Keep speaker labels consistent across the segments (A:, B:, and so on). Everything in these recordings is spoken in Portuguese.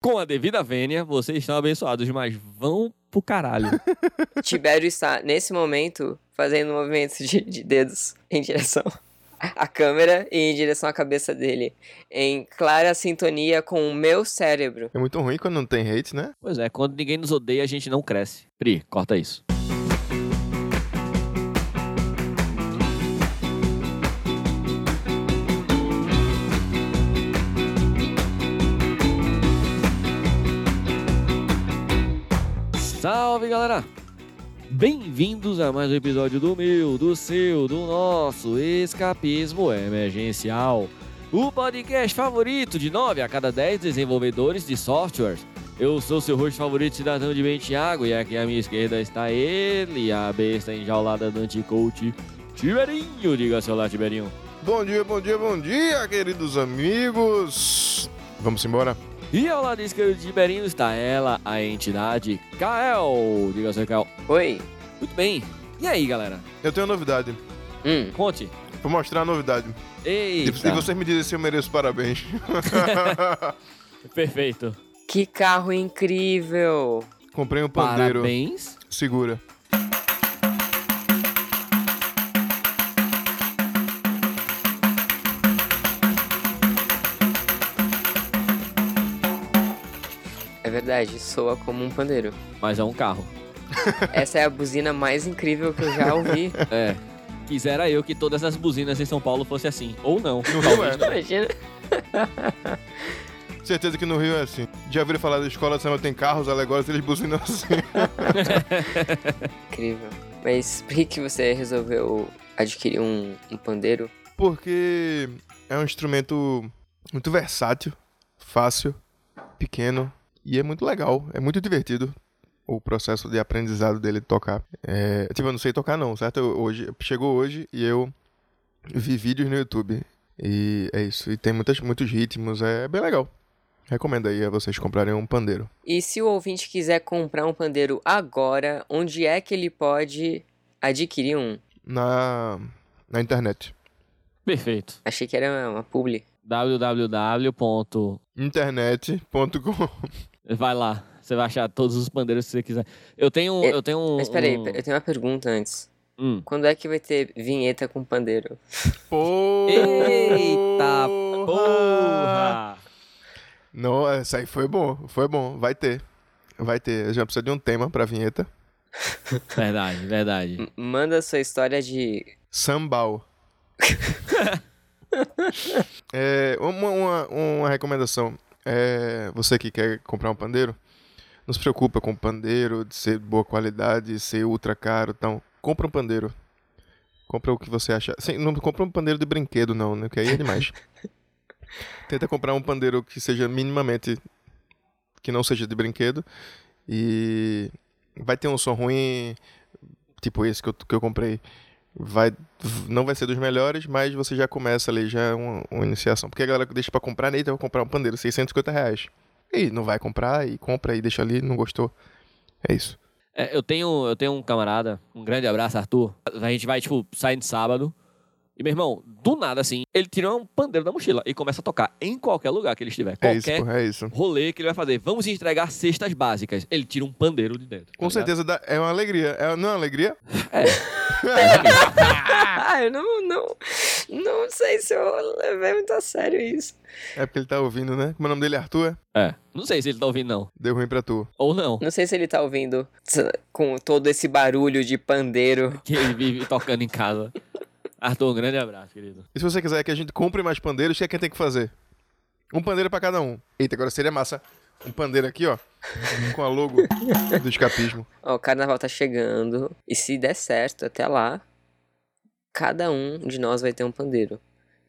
A: com a devida vênia, vocês estão abençoados, mas vão pro caralho.
B: Tibério está, nesse momento, fazendo movimentos de, de dedos em direção à câmera e em direção à cabeça dele, em clara sintonia com o meu cérebro.
C: É muito ruim quando não tem hate, né?
A: Pois é, quando ninguém nos odeia, a gente não cresce. Pri, corta isso. Salve, galera! Bem-vindos a mais um episódio do meu, do seu, do nosso Escapismo Emergencial. O podcast favorito de 9 a cada 10 desenvolvedores de softwares. Eu sou seu host favorito, cidadão de bem Thiago, e aqui à minha esquerda está ele, a besta enjaulada do anticoach, Tiberinho. Diga seu lá, Tiberinho.
C: Bom dia, bom dia, bom dia, queridos amigos. Vamos embora?
A: E ao lado esquerdo de Tiberinho está ela, a entidade Kael. Diga seu Kael.
B: Oi.
A: Muito bem. E aí, galera?
C: Eu tenho uma novidade.
B: Hum.
A: Conte.
C: Vou mostrar a novidade. E,
A: Eita.
C: e vocês me dizem se eu mereço parabéns.
A: Perfeito.
B: Que carro incrível!
C: Comprei um pandeiro.
A: Parabéns.
C: Segura.
B: É verdade, soa como um pandeiro.
A: Mas é um carro.
B: Essa é a buzina mais incrível que eu já ouvi.
A: É. Quisera eu que todas as buzinas em São Paulo fossem assim. Ou não.
C: No
A: Talvez
C: Rio é.
A: não.
B: Imagina.
C: Certeza que no Rio é assim. Já ouviram falar da escola, se ela tem carros alegóricos, eles buzinam assim.
B: Incrível. Mas por que, que você resolveu adquirir um, um pandeiro?
C: Porque é um instrumento muito versátil, fácil, pequeno e é muito legal, é muito divertido o processo de aprendizado dele de tocar. É, tipo, eu não sei tocar não, certo? Eu- hoje, chegou hoje e eu vi vídeos no YouTube e é isso. E tem muitas, muitos ritmos, é bem legal. Recomendo aí a vocês comprarem um pandeiro.
B: E se o ouvinte quiser comprar um pandeiro agora, onde é que ele pode adquirir um?
C: Na, na internet.
A: Perfeito.
B: Achei que era uma publi.
A: www. ponto-
C: Internet.com
A: Vai lá. Você vai achar todos os pandeiros que você quiser. Eu tenho,
B: É,
A: eu tenho um.
B: Mas peraí,
A: um-
B: eu tenho uma pergunta antes.
A: Hum.
B: Quando é que vai ter vinheta com pandeiro?
C: Porra!
A: Eita Porra!
C: Não, essa aí foi bom, foi bom, vai ter. Vai ter, a gente precisa de um tema pra vinheta.
A: Verdade, verdade.
B: M- Manda sua história de.
C: Sambal. É, uma, uma, uma recomendação, é, você que quer comprar um pandeiro, não se preocupa com o pandeiro, de ser de boa qualidade, ser ultra caro, então, compra um pandeiro. Compra o que você acha. Sim, não compra um pandeiro de brinquedo não, né, que aí é demais. Tenta comprar um pandeiro que seja minimamente, que não seja de brinquedo, e vai ter um som ruim, tipo esse que eu, que eu comprei, vai não vai ser dos melhores, mas você já começa ali, já é uma, uma iniciação. Porque a galera que deixa pra comprar, Neita, eu vou comprar um pandeiro, 650 reais. E não vai comprar, e compra, e deixa ali, não gostou. É isso.
A: É, eu, tenho, eu tenho um camarada, um grande abraço, Arthur. A gente vai, tipo, saindo sábado. E, meu irmão, do nada, assim, ele tira um pandeiro da mochila e começa a tocar em qualquer lugar que ele estiver.
C: É
A: Qualquer
C: isso, porra, é isso.
A: rolê que ele vai fazer. Vamos entregar cestas básicas. Ele tira um pandeiro de dentro.
C: Com
A: tá ligado?
C: certeza dá- é uma alegria. É, não é uma alegria?
B: Ah, eu não, não. Não sei se eu levei muito a sério isso.
C: É porque ele tá ouvindo, né? Como é o nome dele é Arthur? é?
A: É. Não sei se ele tá ouvindo, não.
C: Deu ruim pra tu.
A: Ou não.
B: Não sei se ele tá ouvindo tss, com todo esse barulho de pandeiro.
A: Que ele vive tocando em casa. Arthur, um grande abraço, querido.
C: E se você quiser que a gente compre mais pandeiros, o que é que tem que fazer? Um pandeiro pra cada um. Eita, agora seria massa. Um pandeiro aqui, ó. Com a logo do escapismo.
B: Ó, o carnaval tá chegando. E se der certo até lá, cada um de nós vai ter um pandeiro.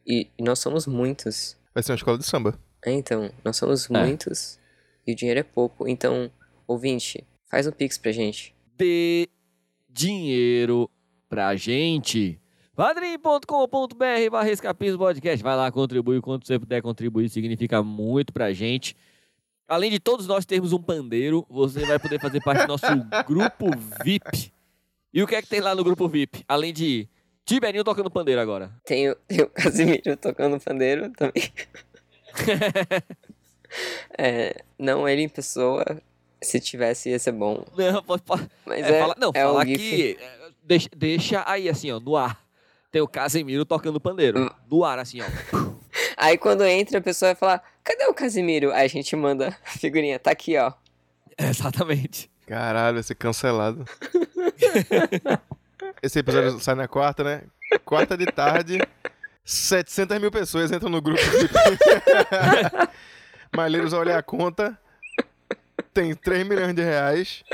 B: E nós somos muitos.
C: Vai ser uma escola de samba.
B: É, então, nós somos muitos. E o dinheiro é pouco. Então, ouvinte, faz um pix pra gente.
A: Dê dinheiro pra gente. padrim.com.br barra escapismo podcast. Vai lá, contribui o quanto você puder contribuir. Significa muito pra gente. Além de todos nós termos um pandeiro, você vai poder fazer parte do nosso grupo VIP. E o que é que tem lá no grupo VIP? Além de Tiberinho tocando pandeiro agora.
B: Tem o, tem o Casimiro tocando pandeiro também. É, não ele em pessoa. Se tivesse, ia ser bom.
A: Não, pode, pode-
B: Mas
A: é,
B: é,
A: fala- não,
B: é o
A: falar
B: GIF.
A: que. é, Deixa, deixa aí, assim, ó, no ar. Tem o Casemiro tocando pandeiro.
B: Ah.
A: No ar, assim, ó.
B: Aí quando entra, a pessoa vai falar: cadê o Casimiro? Aí a gente manda a figurinha, tá aqui, ó.
A: É, Exatamente.
C: Caralho, vai ser cancelado. Esse episódio sai na quarta, né? Quarta de tarde, 700 mil pessoas entram no grupo. de- Malheiros vai olhar a conta, tem 3 milhões de reais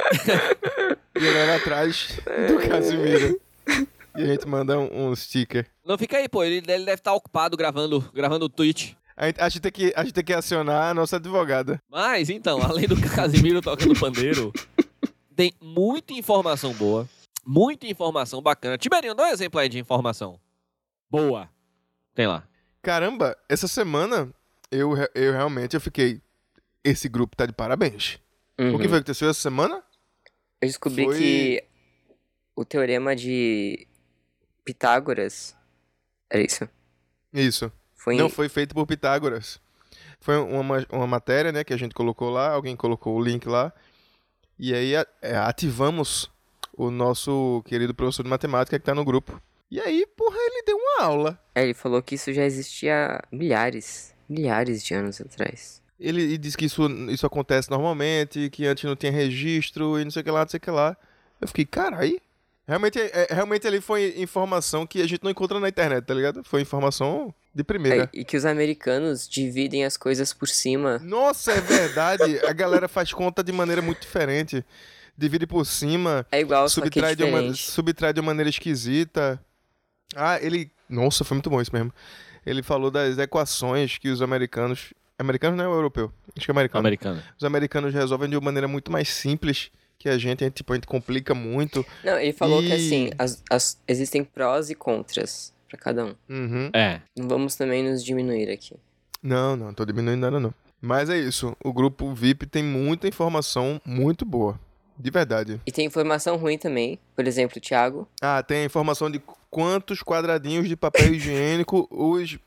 C: e ele olha atrás do Casimiro. E a gente manda um, um sticker.
A: Não fica aí, pô. Ele, ele deve estar ocupado gravando, gravando o tweet.
C: A gente, a, gente tem que, a gente tem que acionar a nossa advogada.
A: Mas então, além do Casimiro tocando pandeiro, tem muita informação boa, muita informação bacana. Tiberinho, dá um exemplo aí de informação. Boa. Tem lá.
C: Caramba, essa semana eu, re- eu realmente eu fiquei. Esse grupo tá de parabéns. O que
B: Uhum.
C: foi que aconteceu essa semana?
B: Eu descobri
C: Foi-
B: que o teorema de Pitágoras. Era isso.
C: Isso.
B: Foi
C: Não
B: em-
C: foi feito por Pitágoras. Foi uma, ma- uma matéria, né, que a gente colocou lá, alguém colocou o link lá. E aí a- é, ativamos o nosso querido professor de matemática que tá no grupo. E aí, porra, ele deu uma aula.
B: É, ele falou que isso já existia há milhares, milhares de anos atrás.
C: Ele e disse que isso, isso acontece normalmente, que antes não tinha registro e não sei o que lá, não sei o que lá. Eu fiquei, carai. Realmente, é, é- realmente ali foi informação que a gente não encontra na internet, tá ligado? Foi informação de primeira.
B: É, e que os americanos dividem as coisas por cima.
C: Nossa, é verdade. a galera faz conta de maneira muito diferente. Divide por cima,
B: É igual, só que é
C: subtrai de, uma,
B: diferente.
C: subtrai de uma maneira esquisita. Ah, ele. Nossa, foi muito bom isso mesmo. Ele falou das equações que os americanos. Americanos não é o europeu. Acho que é americano.
A: Americano.
C: Os americanos resolvem de uma maneira muito mais simples que a gente. A gente, tipo, a gente complica muito.
B: Não, ele falou que
C: E-
B: assim, as- as- existem prós e contras pra cada um.
C: Uhum.
A: É.
B: Não vamos também nos diminuir aqui.
C: Não, não, tô diminuindo nada não. Mas é isso. O grupo VIP tem muita informação muito boa. De verdade.
B: E tem informação ruim também. Por exemplo, o Thiago.
C: Ah, tem a informação de quantos quadradinhos de papel higiênico os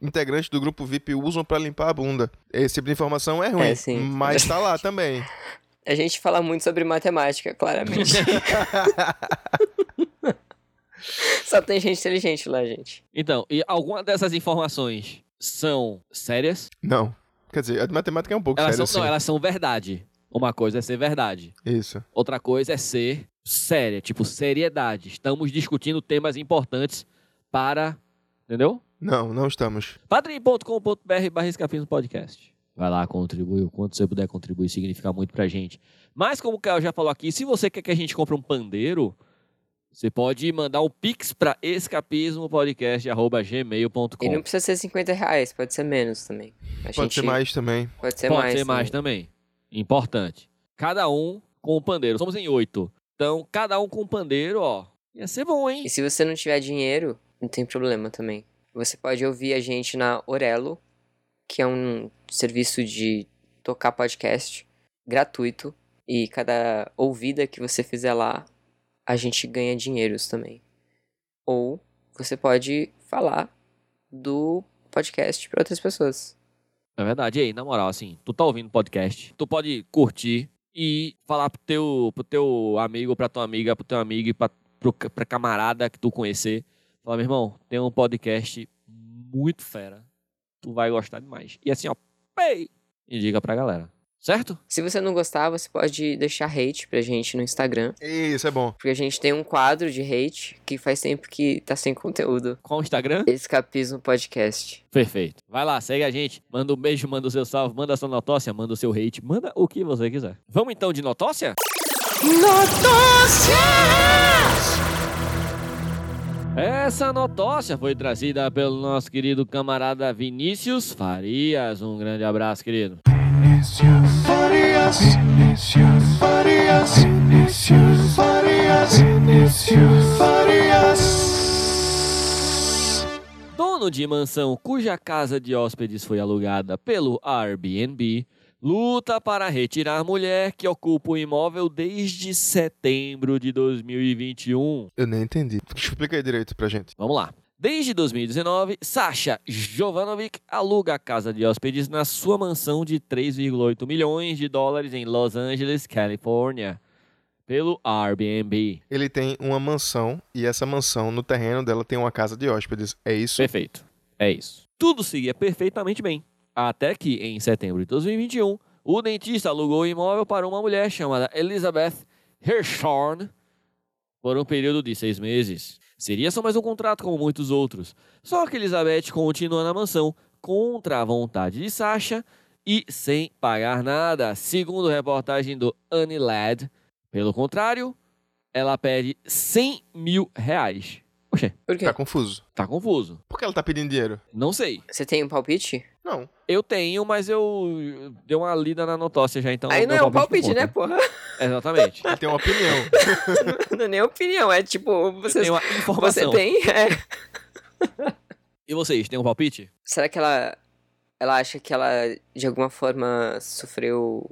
C: integrantes do grupo VIP usam pra limpar a bunda. Esse tipo de informação é ruim,
B: É, sim.
C: mas tá lá também.
B: A gente fala muito sobre matemática, claramente. Só tem gente inteligente lá, gente.
A: Então, e alguma dessas informações são sérias?
C: Não. Quer dizer, a de matemática é um pouco
A: Elas
C: séria,
A: são, não,
C: assim.
A: elas são verdade. Uma coisa é ser verdade.
C: Isso.
A: Outra coisa é ser séria, tipo seriedade. Estamos discutindo temas importantes para, entendeu?
C: Não, não estamos.
A: padrim.com.br barra Escapismo podcast. Vai lá, contribui o quanto você puder contribuir, significa muito pra gente. Mas como o Caio já falou aqui, se você quer que a gente compre um pandeiro, você pode mandar um pix pra
B: E não
A: escapismopodcast.gmail.com
B: precisa ser 50 reais, pode ser menos também. A
C: Pode ser
B: gente-
C: mais também.
B: Pode ser
A: Pode
B: mais.
A: ser mais
B: também.
A: também. Importante. Cada um com um pandeiro. Somos em oito. Então, cada um com um pandeiro, ó. Ia ser bom, hein?
B: E se você não tiver dinheiro, não tem problema também. Você pode ouvir a gente na Orelo, que é um serviço de tocar podcast gratuito. E cada ouvida que você fizer lá, a gente ganha dinheiros também. Ou você pode falar do podcast para outras pessoas.
A: É verdade. E aí, na moral, assim, tu tá ouvindo podcast, tu pode curtir e falar pro teu, pro teu amigo, pra tua amiga, pro teu amigo e pra, pro, ca- pra camarada que tu conhecer. Falar, meu irmão, tem um podcast muito fera. Tu vai gostar demais. E assim, ó, pei! E diga pra galera. Certo?
B: Se você não gostar, você pode deixar hate pra gente no Instagram.
C: Isso é bom.
B: Porque a gente tem um quadro de hate que faz tempo que tá sem conteúdo.
A: Qual o Instagram?
B: Escapismo Podcast.
A: Perfeito. Vai lá, segue a gente. Manda um beijo, manda o seu salve, manda a sua notócia, manda o seu hate, manda o que você quiser. Vamos então de notócia? Essa notócia foi trazida pelo nosso querido camarada Vinícius Farias. Um grande abraço, querido. Dono de mansão cuja casa de hóspedes foi alugada pelo Airbnb, luta para retirar mulher que ocupa o imóvel desde setembro de 2021.
C: Eu nem entendi. Explica aí direito pra gente.
A: Vamos lá. Desde 2019, Sasha Jovanovic aluga a casa de hóspedes na sua mansão de 3,8 milhões de dólares em Los Angeles, Califórnia, pelo Airbnb.
C: Ele tem uma mansão e essa mansão, no terreno dela, tem uma casa de hóspedes. É isso?
A: Perfeito. É isso. Tudo seguia perfeitamente bem. Até que, em setembro de 2021, o dentista alugou o imóvel para uma mulher chamada Elizabeth Hirshhorn por um período de seis meses. Seria só mais um contrato como muitos outros. Só que Elizabeth continua na mansão contra a vontade de Sasha e sem pagar nada, segundo reportagem do Annie Ladd. Pelo contrário, ela pede 100 mil reais. Oxê,
B: Por quê?
C: Tá confuso.
A: tá confuso.
C: Por que ela tá pedindo dinheiro?
A: Não sei.
B: Você tem um palpite?
C: Não.
A: Eu tenho, mas eu dei uma lida na notócia já, então.
B: Aí
A: meu
B: não é um palpite, né,
A: não conta.
B: porra?
A: Exatamente.
C: Ela tem uma opinião.
B: Não é nem opinião, é tipo, você,
A: Tem uma
B: você
A: informação.
B: tem. é.
A: E vocês, tem um palpite?
B: Será que ela. Ela acha que ela, de alguma forma, sofreu.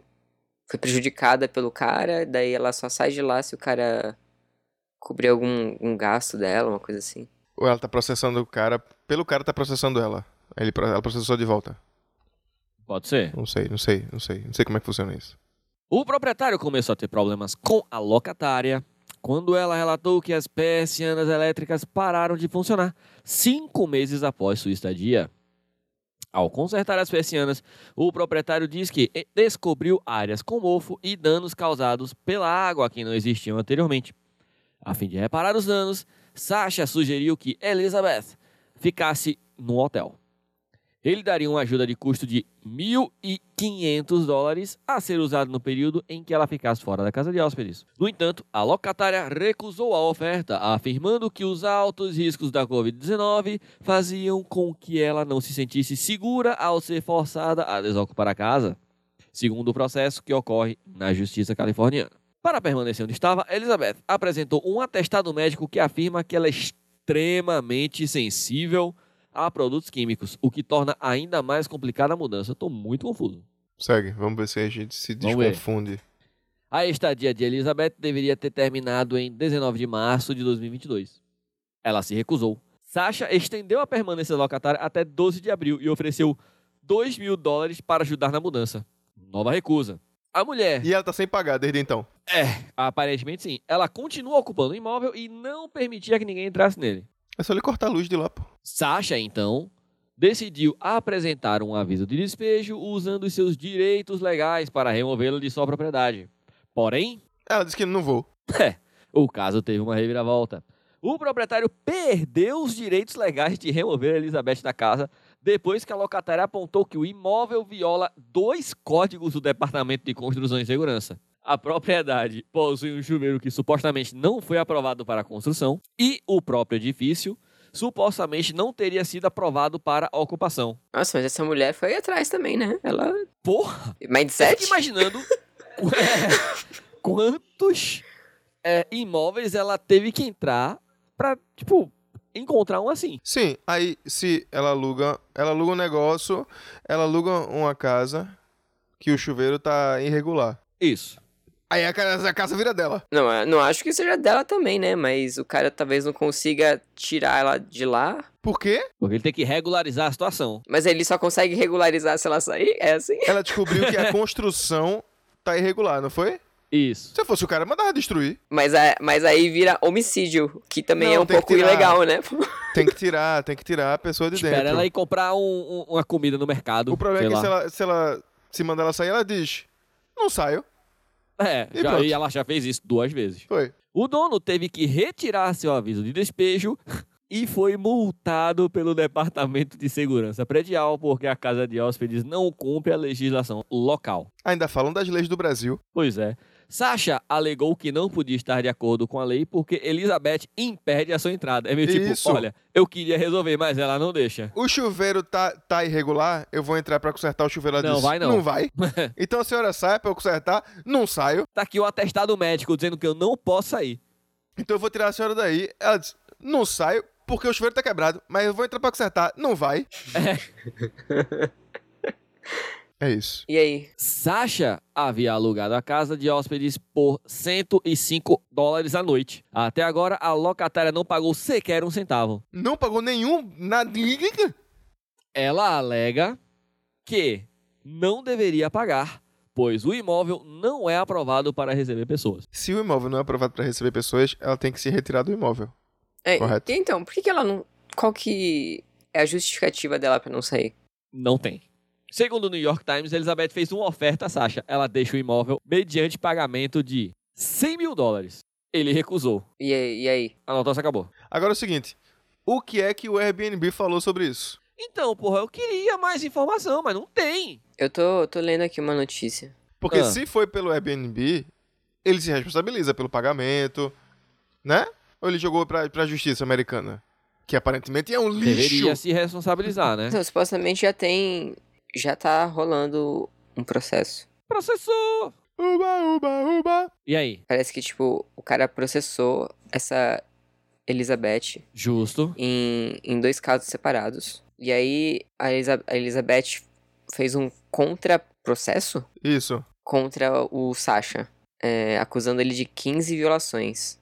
B: Foi prejudicada pelo cara, daí ela só sai de lá se o cara cobrir algum um gasto dela, uma coisa assim.
C: Ou ela tá processando o cara, pelo cara tá processando ela. Aí Ele, pro- ela processou de volta.
A: Pode ser.
C: Não sei, não sei, não sei. Não sei como é que funciona isso.
A: O proprietário começou a ter problemas com a locatária quando ela relatou que as persianas elétricas pararam de funcionar cinco meses após sua estadia. Ao consertar as persianas, o proprietário diz que eh, descobriu áreas com mofo e danos causados pela água que não existiam anteriormente. A fim de reparar os danos, Sasha sugeriu que Elizabeth ficasse no hotel. Ele daria uma ajuda de custo de 1.500 dólares a ser usado no período em que ela ficasse fora da casa de hóspedes. No entanto, a locatária recusou a oferta, afirmando que os altos riscos da Covid-19 faziam com que ela não se sentisse segura ao ser forçada a desocupar a casa, segundo o processo que ocorre na justiça californiana. Para permanecer onde estava, Elizabeth apresentou um atestado médico que afirma que ela é extremamente sensível a produtos químicos, o que torna ainda mais complicada a mudança. Eu tô muito confuso.
C: Segue, vamos ver se a gente se
A: Vamos ver.
C: desconfunde.
A: A estadia de Elizabeth deveria ter terminado em 19 de março de 2022. Ela se recusou. Sasha estendeu a permanência locatária até 12 de abril e ofereceu 2 mil dólares para ajudar na mudança. Nova recusa. A mulher,
C: E ela tá sem pagar desde então.
A: aparentemente sim, ela continua ocupando o imóvel e não permitia que ninguém entrasse nele.
C: É só ele cortar a luz de lá, pô.
A: Sasha, então, decidiu apresentar um aviso de despejo usando os seus direitos legais para removê-lo de sua propriedade. Porém,
C: Ela disse que não vou.
A: o caso teve uma reviravolta. O proprietário perdeu os direitos legais de remover a Elizabeth da casa depois que a locatária apontou que o imóvel viola dois códigos do Departamento de Construção e Segurança. A propriedade possui um chuveiro que supostamente não foi aprovado para construção e o próprio edifício supostamente não teria sido aprovado para ocupação.
B: Nossa, mas essa mulher foi atrás também, né? Ela.
A: Porra! Eu
B: Mindset?
A: fico imaginando é, quantos é, imóveis ela teve que entrar pra, tipo, encontrar um assim.
C: Sim, aí se ela aluga, ela aluga um negócio, ela aluga uma casa que o chuveiro tá irregular.
A: Isso.
C: Aí a casa, a casa vira dela.
B: Não, eu não acho que seja dela também, né? Mas o cara talvez não consiga tirar ela de lá.
C: Por quê?
A: Porque ele tem que regularizar a situação.
B: Mas ele só consegue regularizar se ela sair? É assim?
C: Ela descobriu que a construção tá irregular, não foi?
A: Isso.
C: Se eu fosse o cara, mandava destruir.
B: Mas, é, mas aí vira homicídio, que também
C: Não,
B: é um
C: tem que
B: pouco
C: tirar.
B: ilegal, né?
C: Tem que tirar, tem que tirar a pessoa de
A: Espera
C: dentro.
A: ela ir comprar um- um- uma comida no mercado.
C: O problema é que
A: sei
C: se ela, se ela se mandar ela sair, ela diz: Não saio.
A: lá. É,
C: E
A: já-
C: pronto.
A: e ela já fez isso duas vezes.
C: Foi.
A: O dono teve que retirar seu aviso de despejo e foi multado pelo Departamento de Segurança Predial porque a casa de hóspedes não cumpre a legislação local.
C: Ainda falam das leis do Brasil.
A: Pois é. Sasha alegou que não podia estar de acordo com a lei porque Elizabeth impede a sua entrada. É meio
C: Isso.
A: tipo, olha, eu queria resolver, mas ela não deixa.
C: O chuveiro tá, tá irregular, eu vou entrar pra consertar o chuveiro. Ela
A: Não,
C: diz,
A: vai não.
C: Não vai. então a senhora sai pra eu consertar, não saio.
A: Tá aqui o atestado médico dizendo que eu não posso sair.
C: Então eu vou tirar a senhora daí. Ela diz, não saio, porque o chuveiro tá quebrado, mas eu vou entrar pra consertar, não vai. É isso.
B: E aí?
A: Sasha havia alugado a casa de hóspedes por 105 dólares a noite. Até agora, a locatária não pagou sequer um centavo.
C: Não pagou nenhum, nada.
A: Ela alega que não deveria pagar, pois o imóvel não é aprovado para receber pessoas.
C: Se o imóvel não é aprovado para receber pessoas, ela tem que se retirar do imóvel.
B: É,
C: Correto.
B: e Então, por que, que ela não. Qual que é a justificativa dela pra não sair?
A: Não tem. Segundo o New York Times, Elizabeth fez uma oferta a Sasha. Ela deixa o imóvel mediante pagamento de 100 mil dólares. Ele recusou.
B: E aí? E aí?
A: A notócia acabou.
C: Agora é o seguinte: o que é que o Airbnb falou sobre isso?
A: Então, porra, eu queria mais informação, mas não tem.
B: Eu tô, tô lendo aqui uma notícia.
C: Porque
A: Ah.
C: se foi pelo Airbnb, ele se responsabiliza pelo pagamento, né? Ou ele jogou pra, pra justiça americana? Que aparentemente é um lixo.
A: Deveria se responsabilizar, né?
B: Então, supostamente já tem. Já tá rolando um processo.
A: Processou.
C: Uba, uba, uba.
A: E aí?
B: Parece que, tipo, o cara processou essa Elizabeth
A: Justo.
B: em, em dois casos separados. E aí a, Elisa- a Elizabeth fez um contra-processo
C: Isso.
B: contra o Sasha, é, acusando ele de 15 violações,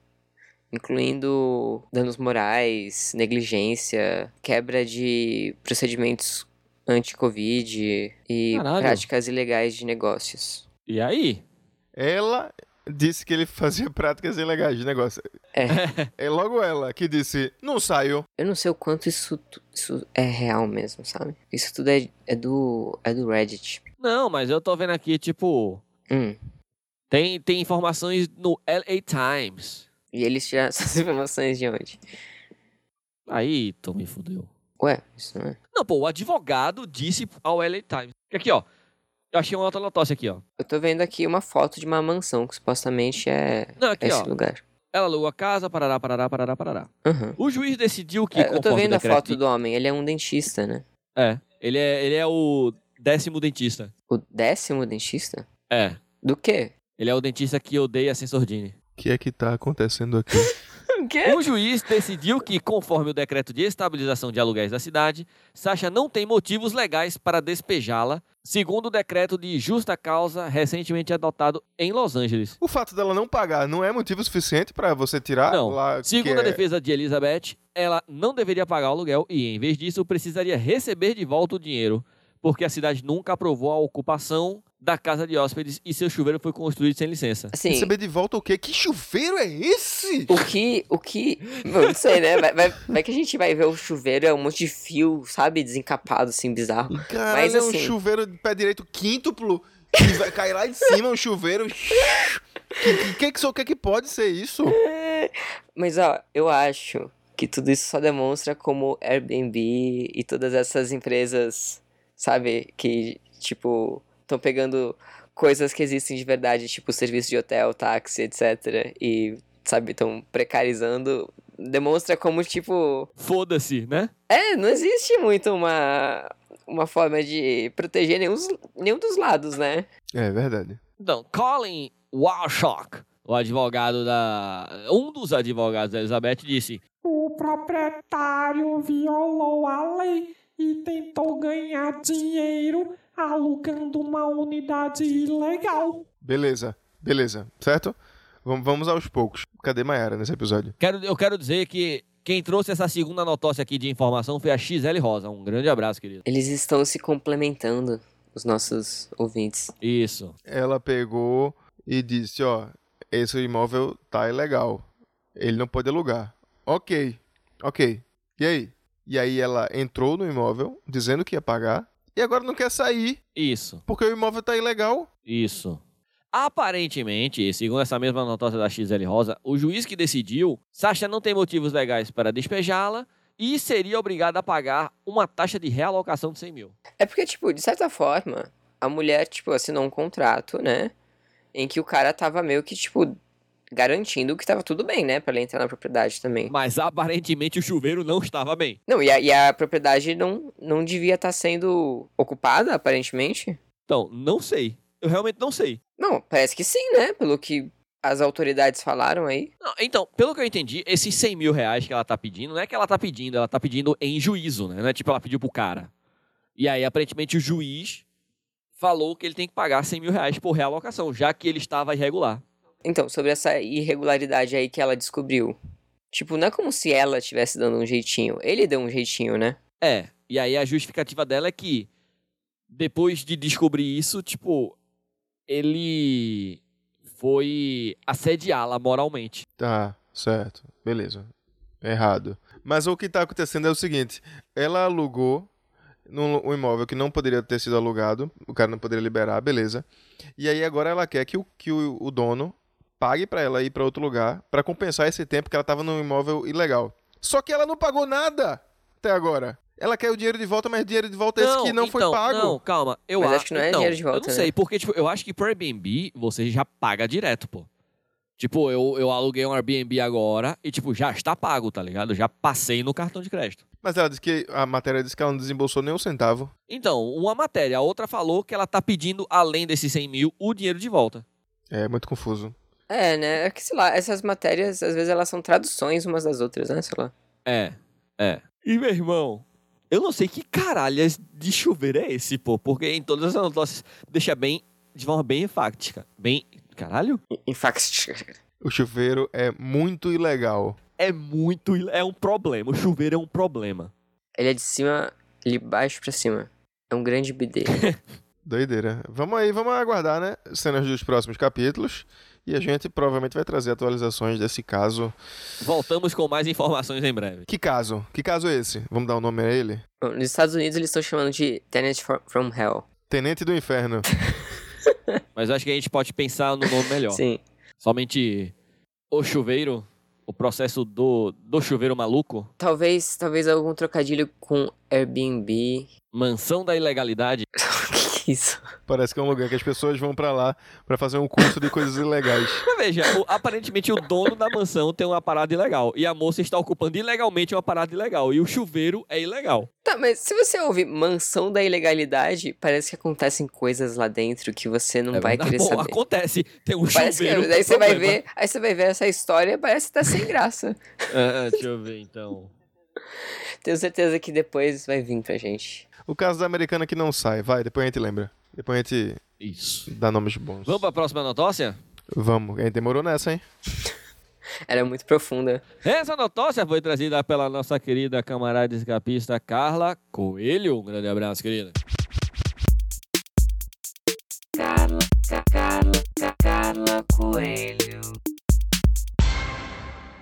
B: incluindo danos morais, negligência, quebra de procedimentos anti-Covid e
A: Caralho.
B: práticas ilegais de negócios.
A: E aí?
C: Ela disse que ele fazia práticas ilegais de negócio.
B: É.
C: É logo ela que disse: não saiu.
B: Eu não sei o quanto isso, tu- isso é real mesmo, sabe? Isso tudo é, é do é do Reddit.
A: Não, mas eu tô vendo aqui, tipo,
B: Hum.
A: tem, tem informações no LA Times.
B: E eles tiraram essas informações de onde?
A: Aí, tu me fudeu.
B: Ué, isso não é.
A: Não, pô, o advogado disse ao LA Times. Aqui, ó. Eu achei uma outra notócia aqui, ó.
B: Eu tô vendo aqui uma foto de uma mansão que supostamente é
A: Não, aqui,
B: esse
A: ó.
B: lugar.
A: Ela alugou a casa, parará, parará, parará, parará.
B: Aham.
A: O juiz decidiu que.
B: É, eu tô
A: conforme o
B: vendo a
A: decreto
B: foto
A: de-
B: do homem, ele é um dentista, né?
A: É. Ele é, ele é o décimo dentista.
B: O décimo dentista?
A: É.
B: Do quê?
A: Ele é o dentista que odeia a Sensordine.
C: O que é que tá acontecendo aqui?
B: O quê?
A: O Um juiz decidiu que, conforme o decreto de estabilização de aluguéis da cidade, Sasha não tem motivos legais para despejá-la, segundo o decreto de justa causa recentemente adotado em Los Angeles.
C: o fato dela não pagar não é motivo suficiente pra você tirar
A: Não.
C: lá.
A: Segundo
C: que
A: a
C: é...
A: defesa de Elizabeth, ela não deveria pagar o aluguel e, em vez disso, precisaria receber de volta o dinheiro, porque a cidade nunca aprovou a ocupação da casa de hóspedes e seu chuveiro foi construído sem licença.
B: Assim,
C: Receber de volta o quê? Que chuveiro é esse?
B: o que. O que. Bom, não sei, né? Vai, vai- vai que a gente vai ver o chuveiro, é um monte de fio, sabe? Desencapado, assim, bizarro.
C: Caralho,
B: Mas,
C: é um
B: assim-
C: chuveiro de pé direito quíntuplo que vai cair lá em cima, um chuveiro. que, que, que, o que, que pode ser isso?
B: Mas, ó, eu acho que tudo isso só demonstra como Airbnb e todas essas empresas, sabe? Que, tipo, estão pegando coisas que existem de verdade, tipo serviço de hotel, táxi, etc. E, sabe, estão precarizando. Demonstra como, tipo,
A: Foda-se, né?
B: É, não existe muito uma, uma forma de proteger nenhum, dos- nenhum dos lados, né?
C: É verdade.
A: Então, Colin Walshock, o advogado da. Um dos advogados da Elizabeth disse:
D: O proprietário violou a lei e tentou ganhar dinheiro alugando uma unidade ilegal.
C: Beleza, beleza, certo? Vamos, vamos aos poucos. Cadê Mayara nesse episódio?
A: quero, Eu quero dizer que quem trouxe essa segunda notócia aqui de informação foi a XL Rosa. Um grande abraço, querido.
B: Eles estão se complementando, os nossos ouvintes.
A: Isso.
C: Ela pegou e disse: Ó, esse imóvel tá ilegal. Ele não pode alugar. Ok, ok. E aí? E aí ela entrou no imóvel dizendo que ia pagar e agora não quer sair
A: Isso.
C: porque o imóvel tá ilegal.
A: Isso. Aparentemente, segundo essa mesma notócia da XL Rosa, o juiz que decidiu, Sasha não tem motivos legais para despejá-la e seria obrigado a pagar uma taxa de realocação de 100 mil.
B: É porque, tipo, de certa forma, a mulher, tipo, assinou um contrato, né? Em que o cara tava meio que, tipo, garantindo que tava tudo bem, né? Pra ela entrar na propriedade também.
A: Mas aparentemente o chuveiro não estava bem.
B: Não, e a, e a propriedade não, não devia estar sendo ocupada, aparentemente.
A: Então, não sei. Eu realmente não sei.
B: Não, parece que sim, né? Pelo que as autoridades falaram aí.
A: Não, então, pelo que eu entendi, esses 100 mil reais que ela tá pedindo, não é que ela tá pedindo, ela tá pedindo em juízo, né? Não é tipo ela pediu pro cara. E aí, aparentemente, o juiz falou que ele tem que pagar 100 mil reais por realocação, já que ele estava irregular.
B: Então, sobre essa irregularidade aí que ela descobriu. Tipo, não é como se ela estivesse dando um jeitinho. Ele deu um jeitinho, né?
A: É, e aí a justificativa dela é que depois de descobrir isso, tipo, ele foi assediá-la moralmente.
C: Tá, certo. Beleza. Errado. Mas o que tá acontecendo é o seguinte: ela alugou num- um imóvel que não poderia ter sido alugado, o cara não poderia liberar, beleza. E aí agora ela quer que o, que o, o dono pague pra ela ir pra outro lugar pra compensar esse tempo que ela tava num imóvel ilegal. Só que ela não pagou nada até agora. Ela quer o dinheiro de volta, mas dinheiro de volta é esse que não foi
A: então,
C: pago.
A: Não, calma. Eu
B: Mas
A: a-
B: acho que não é
A: então,
B: dinheiro de volta,
A: Eu não
B: né?
A: sei, porque, tipo, eu acho que pro Airbnb você já paga direto, pô. Tipo, eu, eu aluguei um Airbnb agora e, tipo, já está pago, tá ligado? Eu já passei no cartão de crédito.
C: Mas ela disse que a matéria disse que ela não desembolsou nem um centavo.
A: Então, uma matéria, a outra falou que ela tá pedindo, além desses 100 mil, o dinheiro de volta.
C: É muito confuso.
B: É, né? É que, sei lá, essas matérias, às vezes, elas são traduções umas das outras, né? Sei lá.
A: É, é. E meu irmão, eu não sei que caralhas de chuveiro é esse, pô, porque em todas as anotações deixa bem, de forma bem enfática. Bem, caralho?
B: Em fact.
C: O chuveiro é muito ilegal.
A: É muito, il- é um problema, o chuveiro é um problema.
B: Ele é de cima, de baixo pra cima. É um grande bidê.
C: Doideira. Vamos aí, vamos aguardar, né? Cenas dos próximos capítulos. E a gente provavelmente vai trazer atualizações desse caso.
A: Voltamos com mais informações em breve.
C: Que caso? Que caso é esse? Vamos dar o nome a ele?
B: Bom, Nos Estados Unidos, eles estão chamando de Tenant from- from Hell.
C: Tenente do Inferno.
A: Mas acho que a gente pode pensar no nome melhor.
B: Sim.
A: Somente o chuveiro, o processo do, do chuveiro maluco,
B: Talvez, talvez algum trocadilho com Airbnb.
A: mansão da ilegalidade.
B: que que é isso?
C: Parece que é um lugar que as pessoas vão pra lá pra fazer um curso de coisas ilegais.
A: Mas veja, o- aparentemente o dono da mansão tem uma parada ilegal. E a moça está ocupando ilegalmente uma parada ilegal. E o chuveiro é ilegal.
B: Tá, mas se você ouvir mansão da ilegalidade, parece que acontecem coisas lá dentro que você não
A: É
B: vai
A: verdade.
B: querer
A: Bom,
B: saber.
A: acontece. Tem um
B: Parece que
A: chuveiro. com
B: daí você vai
A: problema.
B: ver, aí você vai ver essa história, parece que tá sem graça.
A: Ah, ah, deixa eu ver então.
B: Tenho certeza que depois vai vir pra gente.
C: O caso da americana que não sai. Vai, depois a gente lembra. Depois a gente
A: Isso.
C: dá nomes bons.
A: Vamos pra próxima notócia?
C: Vamos. A gente demorou nessa, hein?
B: Ela é muito profunda.
A: Essa notócia foi trazida pela nossa querida camarada escapista Carla Coelho. Um grande abraço, querida.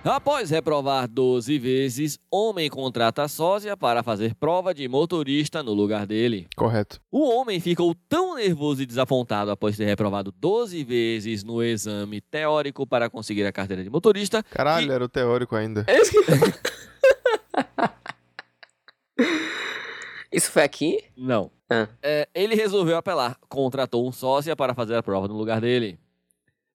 A: Após reprovar 12 vezes, homem contrata sósia para fazer prova de motorista no lugar dele.
C: Correto.
A: O homem ficou tão nervoso e desapontado após ter reprovado 12 vezes no exame teórico para conseguir a carteira de motorista
C: Caralho,
A: Que-
C: era o teórico ainda.
A: É,
B: Isso foi aqui?
A: Não.
B: Ah.
A: É, ele resolveu apelar. Contratou um sócio para fazer a prova no lugar dele.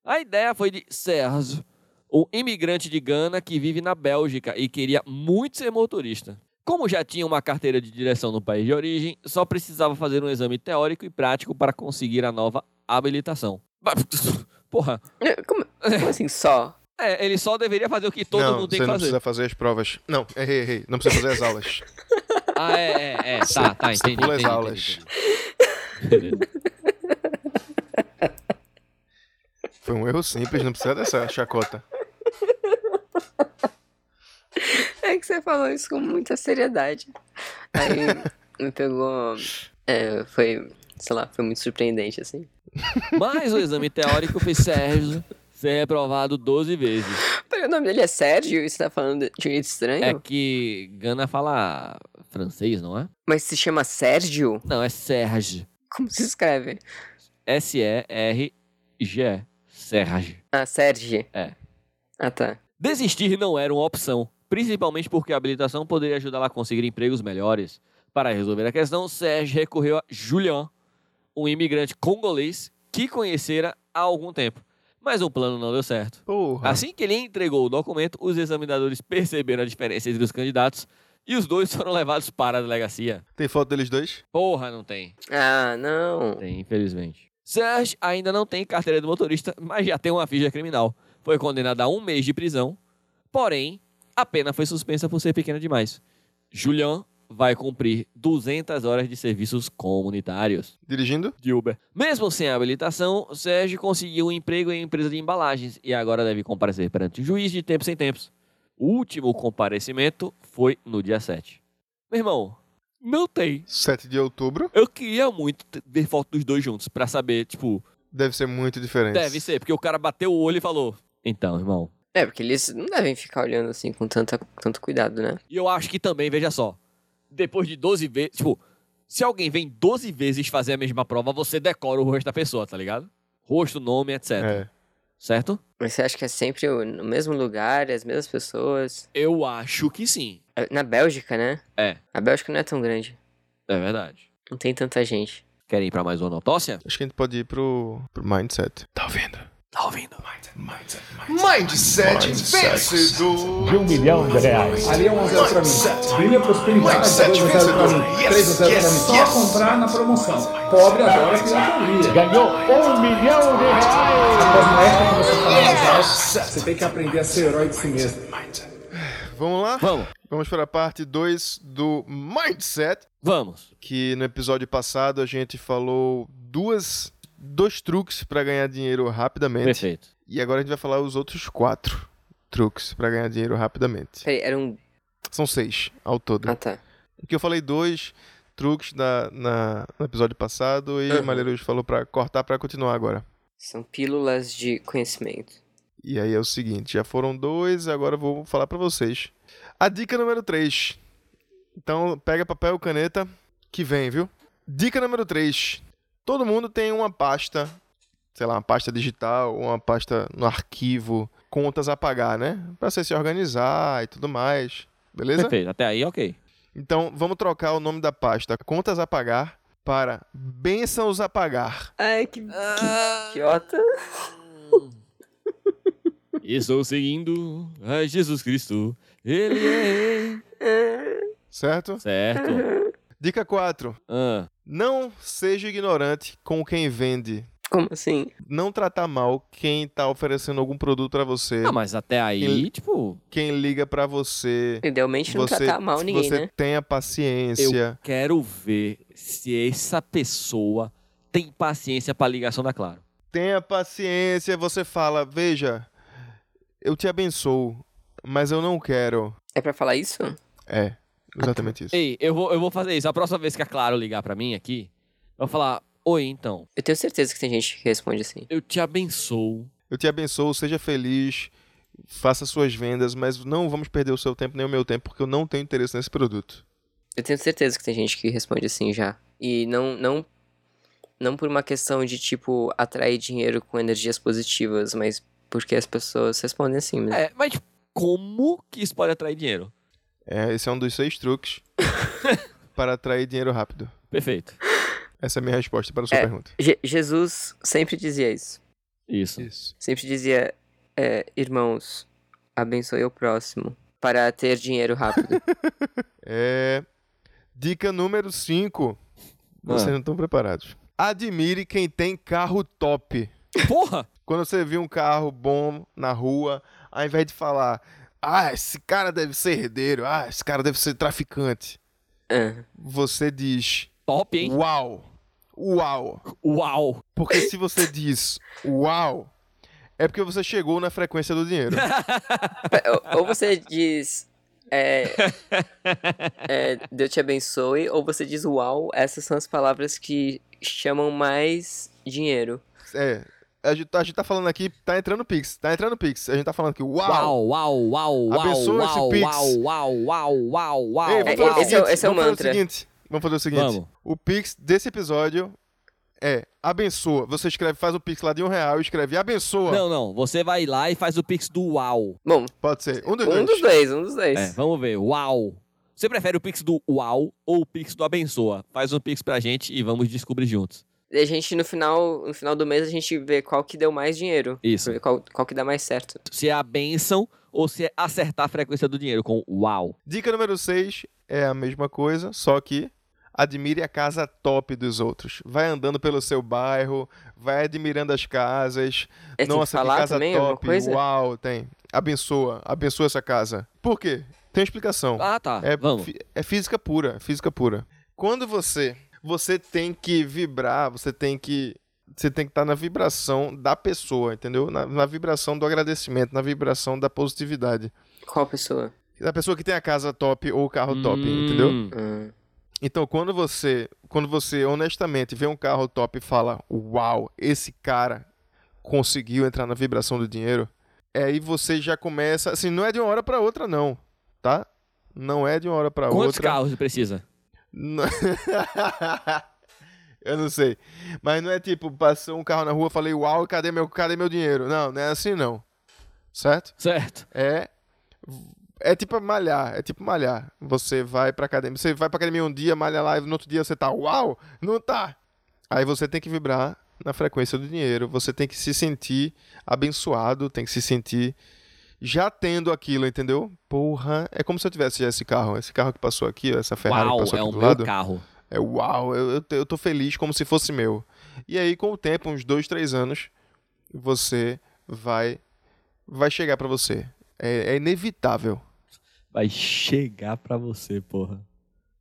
A: A ideia foi de Sérgio, um imigrante de Gana que vive na Bélgica e queria muito ser motorista. Como já tinha uma carteira de direção no país de origem, só precisava fazer um exame teórico e prático para conseguir a nova habilitação. Porra,
B: Como, como assim só?
A: é, ele só deveria fazer o que todo
C: não,
A: mundo tem que
C: você não
A: fazer.
C: precisa fazer as provas. Não, errei, errei. Não precisa fazer as aulas.
A: Ah, é, é, é. Tá, tá,
C: Você
A: entendi.
C: pula as
A: entendi,
C: aulas.
A: entendi, entendi.
C: Foi um erro simples, não precisa dessa chacota.
B: É que você falou isso com muita seriedade. Aí me pegou. é, foi, sei lá, foi muito surpreendente, assim.
A: Mas o exame teórico fez Sérgio ser reprovado 12 vezes.
B: Peraí, o nome dele é Sérgio e você tá falando de um jeito estranho?
A: É que Gana fala francês, não é?
B: Mas se chama Sérgio?
A: Não, é Serge.
B: Como se escreve?
A: S-E-R-G. Serge.
B: Ah, Sérgio.
A: É.
B: Ah, tá.
A: Desistir não era uma opção, principalmente porque a habilitação poderia ajudá-la a conseguir empregos melhores. Para resolver a questão, Serge recorreu a Julian, um imigrante congolês que conhecera há algum tempo. Mas o plano não deu certo.
C: Porra.
A: Assim que ele entregou o documento, os examinadores perceberam a diferença entre os candidatos e os dois foram levados para a delegacia.
C: Tem foto deles dois?
A: Porra, não tem.
B: Ah, não.
A: Tem, infelizmente. Serge ainda não tem carteira de motorista, mas já tem uma ficha criminal. Foi condenado a um mês de prisão, porém, a pena foi suspensa por ser pequena demais. Julian vai cumprir 200 horas de serviços comunitários
C: Dirigindo?
A: de Uber. Mesmo sem a habilitação, Sérgio conseguiu um emprego em empresa de embalagens e agora deve comparecer perante o juiz de tempos em tempos. O último comparecimento foi no dia 7. Meu irmão, não tem.
C: 7 de outubro.
A: Eu queria muito ter- ver foto dos dois juntos pra saber, tipo,
C: Deve ser muito diferente.
A: Deve ser, porque o cara bateu o olho e falou. Então, irmão.
B: É, porque eles não devem ficar olhando assim com tanta, tanto cuidado, né?
A: E eu acho que também, veja só. Depois de 12 vezes. Tipo, se alguém vem 12 vezes fazer a mesma prova, você decora o rosto da pessoa, tá ligado? Rosto, nome, etc.
C: É.
A: Certo?
B: Mas você acha que é sempre o- no mesmo lugar, as mesmas pessoas?
A: Eu acho que sim.
B: É, Na Bélgica, né?
A: É.
B: A Bélgica não é tão grande.
A: É verdade.
B: Não tem tanta gente.
A: Querem ir pra mais uma notócia?
C: Acho que a gente pode ir pro, pro mindset. Tá ouvindo?
A: Tá ouvindo?
C: Mindset vencedor.
E: de um milhão de reais.
F: Ali é 1 a 0 para mim. Brilha prosperidade, 2 a 0 para mim. 3 a 0 para mim. Só comprar na promoção. Pobre adora pirataria.
E: Ganhou um milhão de reais.
F: Mas não é quando você fala mais alto, você tem que aprender a ser herói de si mesmo.
C: Vamos lá?
A: Vamos,
C: Vamos para a parte 2 do Mindset,
A: vamos.
C: que no episódio passado a gente falou duas dois truques para ganhar dinheiro rapidamente.
A: Perfeito.
C: E agora a gente vai falar os outros quatro truques para ganhar dinheiro rapidamente.
B: Peraí, era um.
C: São seis ao todo.
B: Ah, tá.
C: Porque eu falei dois truques na, na- no episódio passado e
B: Uhum.
C: o Malheiros falou pra cortar pra continuar agora.
B: São pílulas de conhecimento.
C: E aí é o seguinte, já foram dois, agora eu vou falar pra vocês. A dica número 3. Então, pega papel e caneta que vem, viu? Dica número 3. Todo mundo tem uma pasta, sei lá, uma pasta digital, uma pasta no arquivo, contas a pagar, né? Pra você se organizar e tudo mais. Beleza?
A: Perfeito. Até aí, ok.
C: Então, vamos trocar o nome da pasta Contas a Pagar para Bênçãos a Pagar.
B: Ai, que. Que idiota.
A: Estou seguindo a Jesus Cristo. Ele é.
C: Certo?
A: Certo.
C: Dica 4.
A: Ah.
C: Não seja ignorante com quem vende.
B: Como assim?
C: Não tratar mal quem tá oferecendo algum produto pra você,
A: Ah, mas até aí,
C: Ele-
A: tipo,
C: quem liga pra você.
B: Idealmente não
C: Você,
B: tratar mal ninguém,
C: você
B: né?
C: tenha paciência.
A: quero ver se essa pessoa tem paciência pra ligação da Claro.
C: Tenha paciência. Você fala, veja, eu te abençoo, mas eu não quero.
B: É pra falar isso?
C: É, exatamente isso.
A: Ei, eu vou, eu vou fazer isso. A próxima vez que a Claro ligar pra mim aqui, eu vou falar: Oi, então,
B: Eu tenho certeza que tem gente que responde assim.
A: eu te abençoo.
C: Eu te abençoo, seja feliz, faça suas vendas, mas não vamos perder o seu tempo nem o meu tempo, porque eu não tenho interesse nesse produto.
B: Eu tenho certeza que tem gente que responde assim já. E não, não, não por uma questão de, tipo, atrair dinheiro com energias positivas, mas porque as pessoas respondem assim mesmo.
A: É, mas como que isso pode atrair dinheiro?
C: É, esse é um dos seis truques para atrair dinheiro rápido.
A: Perfeito.
C: Essa é a minha resposta para a sua
B: É.
C: pergunta.
B: Je- Jesus sempre dizia isso.
A: Isso.
C: Isso.
B: Sempre dizia, é, irmãos, abençoe o próximo para ter dinheiro rápido.
C: É... Dica número 5. Vocês
A: Ah.
C: não estão preparados. Admire quem tem carro top.
A: Porra!
C: Quando você vê um carro bom na rua, ao invés de falar, ah, esse cara deve ser herdeiro, ah, esse cara deve ser traficante,
B: Ah,
C: você diz,
A: Top, hein?
C: uau, uau.
A: Uau!
C: Porque se você diz uau, é porque você chegou na frequência do dinheiro.
B: ou- ou você diz, é, é, Deus te abençoe, ou você diz, uau, essas são as palavras que chamam mais dinheiro.
C: É. A gente, tá- a gente tá falando aqui, tá entrando Pix, tá entrando Pix. A gente tá falando que uau.
A: Uau, uau, uau, uau,
C: Abençoa esse
A: uau,
C: Pix.
A: uau, uau, uau, uau, uau,
C: Ei, vamos fazer o
A: uau.
B: Esse é o- esse é o
C: vamos fazer
B: mantra.
C: seguinte, vamos fazer o seguinte.
A: Vamos.
C: O Pix desse episódio é abençoa. Você escreve, faz o Pix lá de um real e escreve abençoa.
A: Não, não. Você vai lá e faz o pix do uau.
B: Bom,
C: Pode ser. Um dos
B: um
C: dois.
B: dos dois, um dos dois.
A: É, vamos ver. Uau! Você prefere o Pix do Uau ou o Pix do Abençoa? Faz um Pix pra gente e vamos descobrir juntos.
B: E a gente, no final, no final do mês, a gente vê qual que deu mais dinheiro.
A: Isso.
B: Pra ver Qual, qual que dá mais certo.
A: Se é a benção ou se é acertar a frequência do dinheiro com Uau.
C: Dica número 6 é a mesma coisa, só que admire a casa top dos outros. Vai andando pelo seu bairro, vai admirando as casas.
B: É, tem que
C: Nossa,
B: falar
C: casa
B: também alguma
C: top.
B: coisa?
C: Uau, tem. Abençoa, abençoa essa casa. Por quê? Tem uma explicação.
A: Ah, tá.
C: É,
A: Vamos.
C: fi- é física pura, é física pura. Quando você você tem que vibrar, você tem que você tem que estar na vibração da pessoa, entendeu? Na, na vibração do agradecimento, na vibração da positividade.
B: Qual pessoa?
C: Da pessoa que tem a casa top ou é o carro top, entendeu?
A: Hum,
B: Ah,
C: Então, quando você, quando você honestamente vê um carro top e fala, uau, esse cara conseguiu entrar na vibração do dinheiro, aí você já começa, assim, não é de uma hora pra outra não, tá? Não é de uma hora pra
A: Quantos
C: outra.
A: carros você precisa?
C: Não- Eu não sei. Mas não é tipo, passou um carro na rua, falei, uau, cadê meu, cadê meu dinheiro? Não, não é assim não. Certo?
A: Certo.
C: É é tipo malhar, é tipo malhar. Você vai pra academia, você vai pra academia um dia, malha lá e no outro dia você tá, uau, não tá. Aí você tem que vibrar na frequência do dinheiro, você tem que se sentir abençoado, tem que se sentir já tendo aquilo, entendeu? Porra, é como se eu tivesse já esse carro, esse carro que passou aqui, ó, essa Ferrari
A: Uau,
C: que passou
A: é
C: aqui
A: o
C: do
A: meu
C: lado.
A: carro.
C: É uau, eu, eu, te- eu tô feliz como se fosse meu. E aí, com o tempo, uns dois, três anos, você vai vai chegar pra você. É, é inevitável.
A: Vai chegar pra você, porra.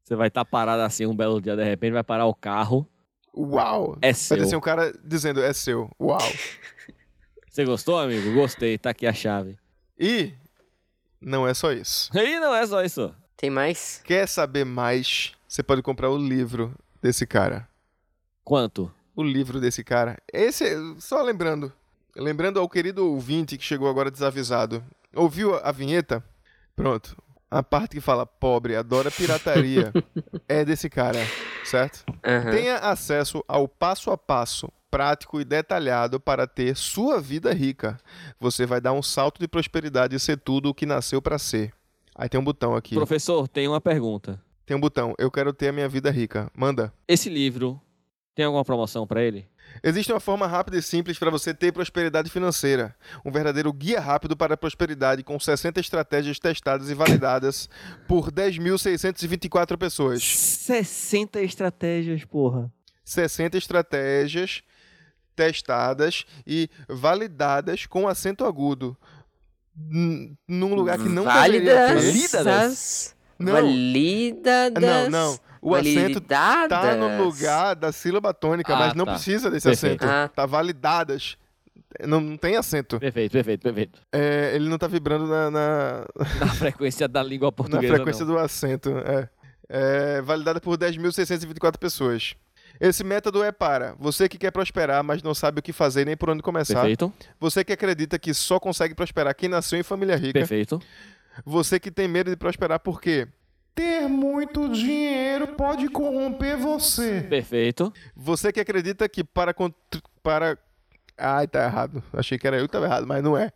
A: Você vai estar parado assim um belo dia, de repente vai parar o carro.
C: Uau!
A: É
C: vai
A: seu.
C: ter assim, um cara dizendo, é seu. Uau!
A: Você gostou, amigo? Gostei, tá aqui a chave.
C: E não é só isso.
A: E não é só isso.
B: Tem mais?
C: Quer saber mais? Você pode comprar o livro desse cara.
A: Quanto?
C: O livro desse cara. Esse, só lembrando. Lembrando ao querido ouvinte que chegou agora desavisado. Ouviu a- a vinheta? Pronto. A parte que fala pobre, adora pirataria, é desse cara, certo?
B: Aham.
C: Tenha acesso ao passo a passo prático e detalhado para ter sua vida rica. Você vai dar um salto de prosperidade e ser tudo o que nasceu para ser. Aí tem um botão aqui.
A: Professor, tem uma pergunta.
C: Tem um botão. Eu quero ter a minha vida rica. Manda.
A: Esse livro tem alguma promoção pra ele?
C: Existe uma forma rápida e simples para você ter prosperidade financeira. Um verdadeiro guia rápido para a prosperidade com 60 estratégias testadas e validadas por 10.624 pessoas.
A: 60 estratégias, porra.
C: 60 estratégias testadas e validadas com acento agudo. N- Num um lugar que não deveria
B: Válidas.
C: ter.
A: Validas?
C: Não.
B: Validadas.
C: Não, não. O acento
B: Validadas.
C: tá no lugar da sílaba tônica,
A: Ah,
C: mas não
A: tá.
C: precisa desse
A: Perfeito.
C: acento.
B: Ah.
C: Tá validadas. Não, não tem acento.
A: Perfeito, perfeito, perfeito.
C: É, ele não tá vibrando na, na-
A: Na frequência da língua
C: na
A: portuguesa.
C: frequência
A: não.
C: do acento. É. É, validada por 10.624 pessoas. Esse método é para você que quer prosperar, mas não sabe o que fazer nem por onde começar.
A: Perfeito,
C: Você que acredita que só consegue prosperar quem nasceu em família rica.
A: perfeito.
C: Você que tem medo de prosperar porque ter muito dinheiro pode corromper você.
A: Perfeito.
C: Você que acredita que para. contr- para... Ai, tá errado. Achei que era eu que tava errado, mas não é.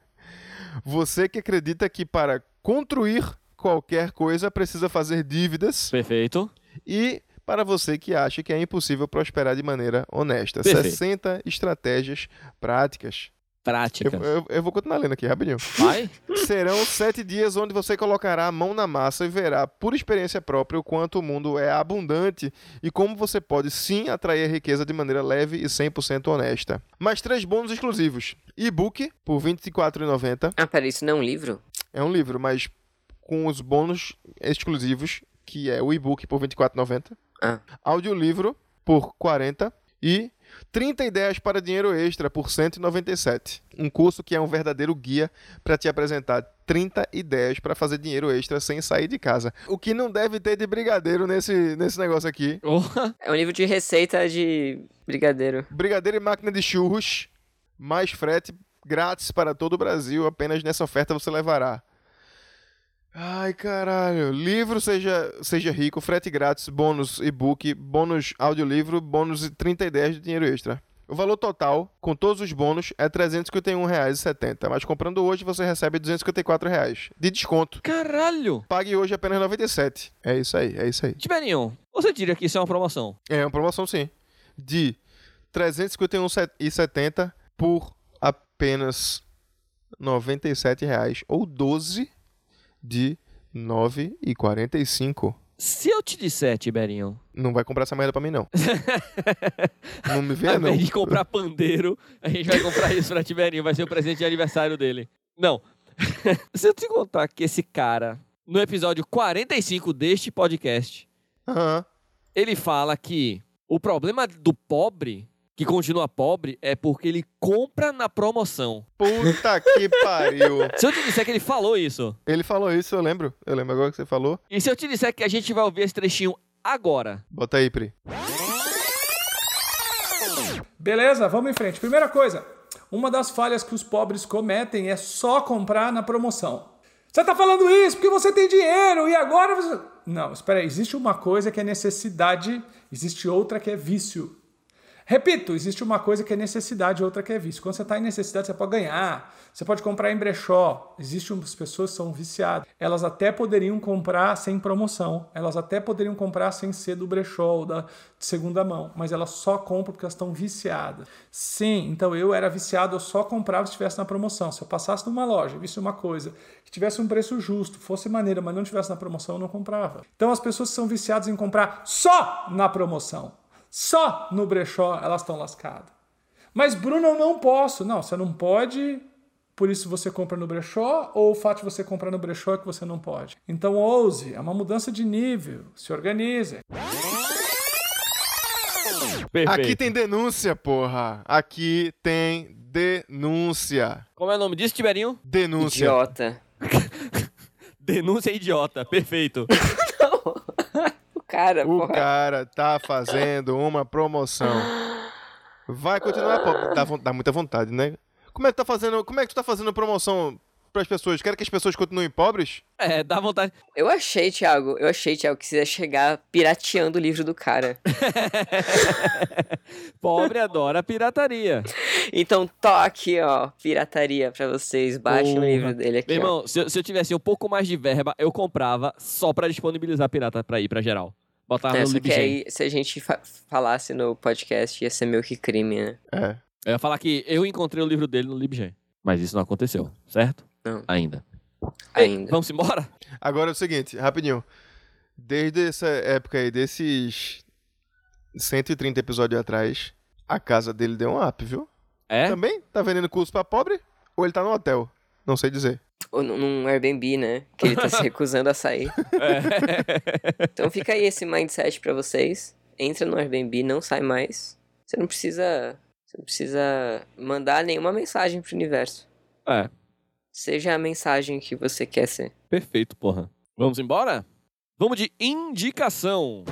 C: Você que acredita que para construir qualquer coisa precisa fazer dívidas.
A: Perfeito.
C: E para você que acha que é impossível prosperar de maneira honesta.
A: Perfeito.
C: 60 estratégias práticas. Eu,
A: Prática.
C: eu- eu vou continuar lendo aqui, rapidinho.
A: Vai?
C: Serão sete dias onde você colocará a mão na massa e verá, por experiência própria, o quanto o mundo é abundante e como você pode sim atrair a riqueza de maneira leve e 100% honesta. Mais três bônus exclusivos: e-book por R$ 24,90.
B: Ah, peraí, isso não é um livro?
C: É um livro, mas com os bônus exclusivos, que é o e-book por R$ 24,90.
B: Ah.
C: Audiolivro por R$ 40 e 30 ideias para dinheiro extra por R$ 197. Um curso que é um verdadeiro guia para te apresentar 30 ideias para fazer dinheiro extra sem sair de casa. O que não deve ter de brigadeiro nesse, nesse negócio aqui.
A: Porra.
B: É um livro de receita de brigadeiro.
C: Brigadeiro e máquina de churros, mais frete grátis para todo o Brasil. Apenas nessa oferta você levará. Ai, caralho. Livro Seja, seja Rico, frete grátis, bônus e-book, bônus audiolivro, bônus e 30 ideias de dinheiro extra. O valor total, com todos os bônus, é R$ 351,70, mas comprando hoje você recebe R$ 254 reais de desconto.
A: Caralho.
C: Pague hoje apenas 97. É isso aí, é isso aí.
A: Tiberinho, você diria que isso é uma promoção?
C: É uma promoção, sim. De 351,70 por apenas R$ 97 reais ou 12 de 9,45.
A: Se eu te disser, Tiberinho,
C: Não vai comprar essa merda pra mim, não. não me
A: ao
C: venha, não.
A: invés de comprar pandeiro, a gente vai comprar isso pra Tiberinho. Vai ser o presente de aniversário dele. Não. Se eu te contar que esse cara no episódio 45 deste podcast,
C: Aham.
A: ele fala que o problema do pobre, que continua pobre, é porque ele compra na promoção.
C: Puta que pariu.
A: Se eu te disser que ele falou isso,
C: Ele falou isso, eu lembro. Eu lembro agora que você falou.
A: e se eu te disser que a gente vai ouvir esse trechinho agora,
C: Bota aí, Pri.
F: Beleza, vamos em frente. Primeira coisa, uma das falhas que os pobres cometem é só comprar na promoção. Você tá falando isso porque você tem dinheiro e agora você. Não, espera aí. Existe uma coisa que é necessidade, existe outra que é vício. Repito, existe uma coisa que é necessidade, outra que é vício. Quando você está em necessidade, você pode ganhar, você pode comprar em brechó. Existem umas pessoas que são viciadas. Elas até poderiam comprar sem promoção, elas até poderiam comprar sem ser do brechó ou da de segunda mão, mas elas só compram porque elas estão viciadas. Sim, então eu era viciado, eu só comprava se estivesse na promoção. Se eu passasse numa loja, visse uma coisa que tivesse um preço justo, fosse maneira, mas não tivesse na promoção, eu não comprava. Então as pessoas são viciadas em comprar só na promoção. Só no brechó elas estão lascadas. Mas, Bruno, eu não posso. Não, você não pode, por isso você compra no brechó, ou o fato de você comprar no brechó é que você não pode. Então, ouse, é uma mudança de nível, se organize.
C: Aqui tem denúncia, porra. Aqui tem denúncia.
A: como é o nome disso, Tiberinho?
C: Denúncia.
B: Idiota.
A: Denúncia idiota, perfeito.
B: O cara,
C: O
B: porra.
C: cara tá fazendo uma promoção. Vai continuar, pô. Dá, von- dá muita vontade, né? Como é que tá fazendo? Como é que tu tá fazendo promoção pras pessoas? Quer que as pessoas continuem pobres?
A: É, dá vontade.
B: Eu achei, Thiago, eu achei, Thiago, que você ia chegar pirateando o livro do cara.
A: Pobre adora pirataria.
B: Então toque, ó, pirataria pra vocês. Baixem o
A: Porra.
B: livro dele aqui.
A: Meu
B: ó.
A: irmão, se eu, se eu tivesse um pouco mais de verba, eu comprava só pra disponibilizar pirata pra ir pra geral. Botava
B: É,
A: no
B: só que
A: LibGen.
B: aí, se a gente fa- falasse no podcast, ia ser meio que crime, né?
C: É.
A: Eu ia falar que eu encontrei o livro dele no LibGen. Mas isso não aconteceu, certo?
B: Não.
A: Ainda.
B: Ainda.
A: Vamos embora?
C: Agora é o seguinte, rapidinho. Desde essa época aí, desses 130 episódios atrás, a casa dele deu um up, viu?
A: É?
C: Também? Tá vendendo curso pra pobre? Ou ele tá no hotel? Não sei dizer.
B: Ou num- num Airbnb, né? Que ele tá se recusando a sair.
A: É.
B: Então fica aí esse mindset pra vocês. Entra no Airbnb, não sai mais. Você não precisa. Você não precisa mandar nenhuma mensagem pro universo.
A: É.
B: Seja a mensagem que você quer ser.
A: Perfeito, porra. Vamos embora? Vamos de indicação.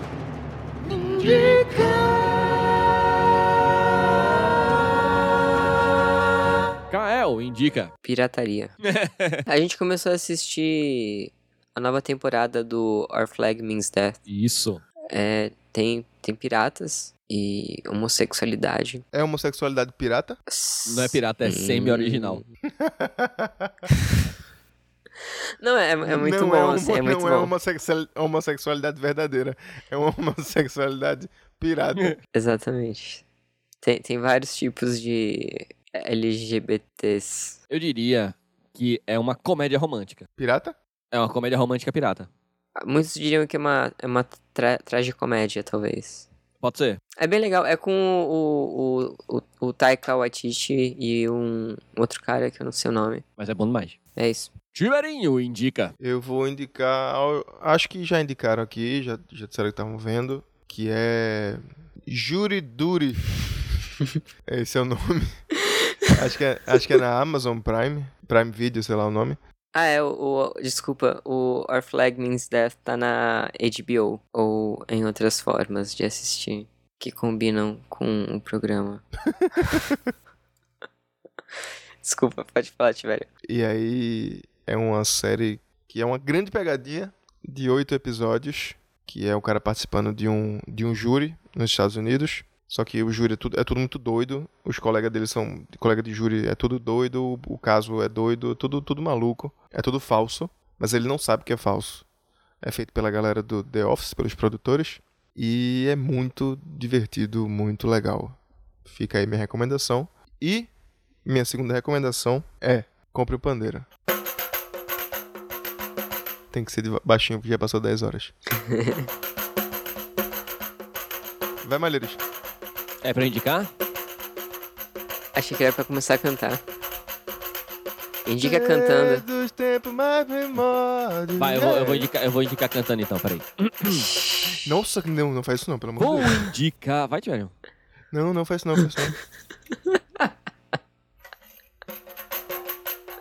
A: Indica. Kael indica.
B: Pirataria. a gente começou a assistir a nova temporada do Our Flag Means Death.
A: Isso.
B: É, tem, tem piratas e homossexualidade.
C: É homossexualidade pirata?
A: Não é pirata, é semi-original.
B: Não, é, é muito
C: não
B: bom,
C: é homo-
B: assim, é muito
C: não
B: bom.
C: é homossexual- homossexualidade verdadeira. É uma homossexualidade pirata.
B: Exatamente. Tem, tem vários tipos de LGBTs.
A: Eu diria que é uma comédia romântica.
C: Pirata?
A: É uma comédia romântica pirata.
B: Muitos diriam que é uma, é uma tra tragicomédia, talvez.
A: Pode ser?
B: É bem legal, é com o, o, o, o Taika Waititi e um outro cara que eu não sei o nome.
A: Mas é bom demais.
B: É isso.
A: Tiberinho indica.
C: Eu vou indicar. ao- Acho que já indicaram aqui, já, já disseram que estavam vendo. Que é. Juri Duri. Esse é o nome. Acho que é, acho que é na Amazon Prime. Prime Video, sei lá o nome.
B: Ah, é, o, o- desculpa, o Our Flag Means Death tá na HBO, ou em outras formas de assistir, que combinam com o programa. desculpa, pode falar, Tiverio.
C: E aí é uma série que é uma grande pegadinha de oito episódios, que é o cara participando de um, de um júri nos Estados Unidos. Só que o júri é tudo, é tudo muito doido. Os colegas dele são. Colega de júri é tudo doido. O caso é doido. Tudo, tudo maluco. É tudo falso. Mas ele não sabe que é falso. É feito pela galera do The Office, pelos produtores. E é muito divertido, muito legal. Fica aí minha recomendação. E minha segunda recomendação é Compre o pandeiro. Tem que ser de ba- baixinho, porque já passou 10 horas. Vai, Malheiros.
A: É pra indicar?
B: Achei que era pra começar a cantar. Indica cantando.
C: Dos tempos mais primórdios.
A: Vai, eu vou, eu vou indicar, eu vou indicar cantando então, peraí.
C: Nossa, não, não faz isso não, pelo amor de
A: Vou
C: Deus.
A: indicar. Vai, Tiago.
C: Não, não faz isso não, faz isso não.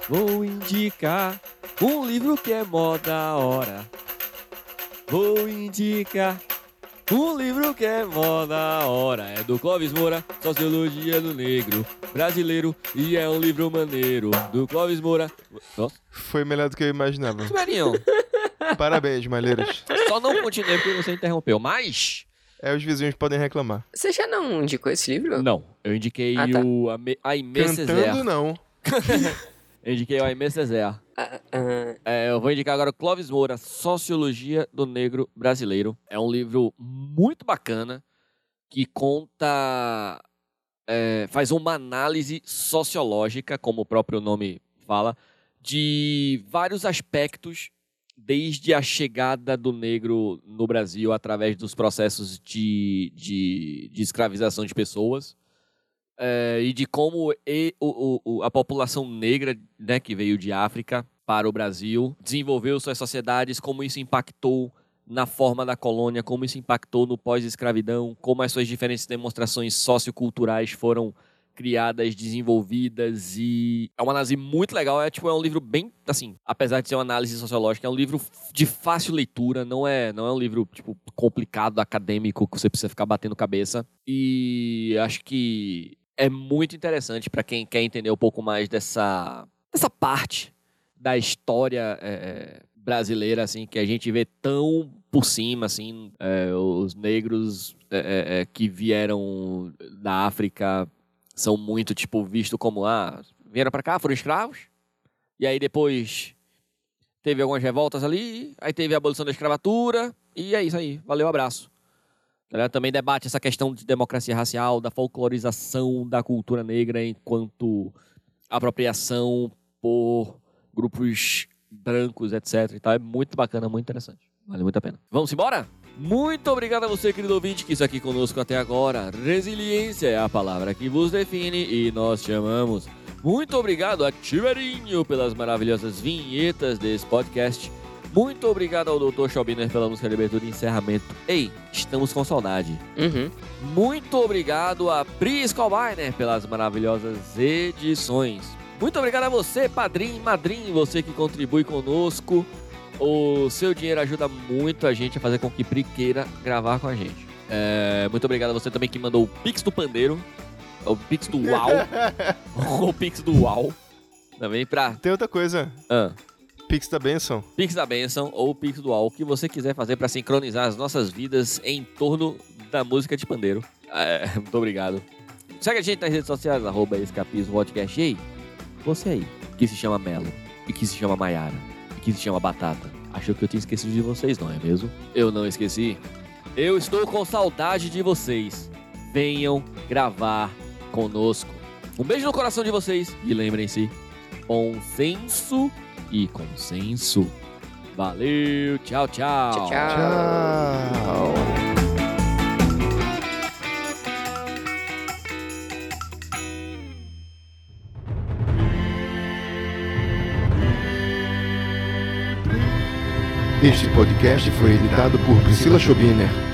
A: Vou indicar um livro que é mó da hora. Vou indicar um livro que é mó da hora. É do Clóvis Moura, Sociologia do Negro Brasileiro. E é um livro maneiro. Do Clóvis Moura. Nossa,
C: Foi melhor do que eu imaginava.
A: Tiberinho,
C: Parabéns, Malheiras.
A: só não continuei porque você interrompeu. Mas.
C: É, os vizinhos podem reclamar.
B: Você já não indicou esse livro?
A: Não, eu indiquei
B: Ah, tá.
A: o Aime- Aimé
C: Cantando
A: Césaire.
C: não.
A: Eu indiquei o Aimé Césaire.
B: Ah, ah,
A: É, eu vou indicar agora o Clóvis Moura, Sociologia do Negro Brasileiro. É um livro muito bacana que conta. é, faz uma análise sociológica, como o próprio nome fala, de vários aspectos, desde a chegada do negro no Brasil através dos processos de, de, de escravização de pessoas. é, e de como e- o- o- o- a população negra né, que veio de África para o Brasil, desenvolveu suas sociedades, como isso impactou na forma da colônia, como isso impactou no pós-escravidão, como as suas diferentes demonstrações socioculturais foram criadas, desenvolvidas e é uma análise muito legal, é tipo é um livro bem assim, apesar de ser uma análise sociológica, é um livro de fácil leitura, não é, não é um livro tipo complicado acadêmico que você precisa ficar batendo cabeça. E acho que é muito interessante para quem quer entender um pouco mais dessa dessa parte da história é, é, brasileira, assim, que a gente vê tão por cima, assim, é, os negros é, é, é, que vieram da África são muito, tipo, visto como, ah, vieram pra cá, foram escravos, e aí depois teve algumas revoltas ali, aí teve a abolição da escravatura, e é isso aí, valeu, abraço. Tá ligado? Também debate essa questão de democracia racial, da folclorização da cultura negra enquanto apropriação por grupos brancos, etc. E tal. É muito bacana, muito interessante. Vale muito a pena. Vamos embora? Muito obrigado a você, querido ouvinte, que está aqui conosco até agora. Resiliência é a palavra que vos define e nós te amamos. Muito obrigado a Tiberinho pelas maravilhosas vinhetas desse podcast. Muito obrigado ao Dr. Schaubiner pela música de abertura e encerramento. Ei, estamos com saudade.
B: uhum.
A: Muito obrigado a Pri Skobiner pelas maravilhosas edições. Muito obrigado a você, padrinho e madrinho, você que contribui conosco. O seu dinheiro ajuda muito a gente a fazer com que Pri queira gravar com a gente. É, muito obrigado a você também que mandou o Pix do Pandeiro, o Pix do Uau, o Pix do Uau, também pra
C: Tem outra coisa.
A: ah,
C: Pix da benção.
A: Pix da Benção ou Pix do Al, o que você quiser fazer para sincronizar as nossas vidas em torno da música de pandeiro. É, muito obrigado. Segue a gente nas redes sociais, arroba escapismo podcast. E aí, você aí, que se chama Melo, e que se chama Maiara, e que se chama Batata. Achou que eu tinha esquecido de vocês, não é mesmo? Eu não esqueci. Eu estou com saudade de vocês. Venham gravar conosco. Um beijo no coração de vocês e lembrem-se, bom senso e consenso. Valeu, tchau, tchau.
B: Tchau, tchau.
C: Tchau. Este podcast foi editado por Priscila Schobiner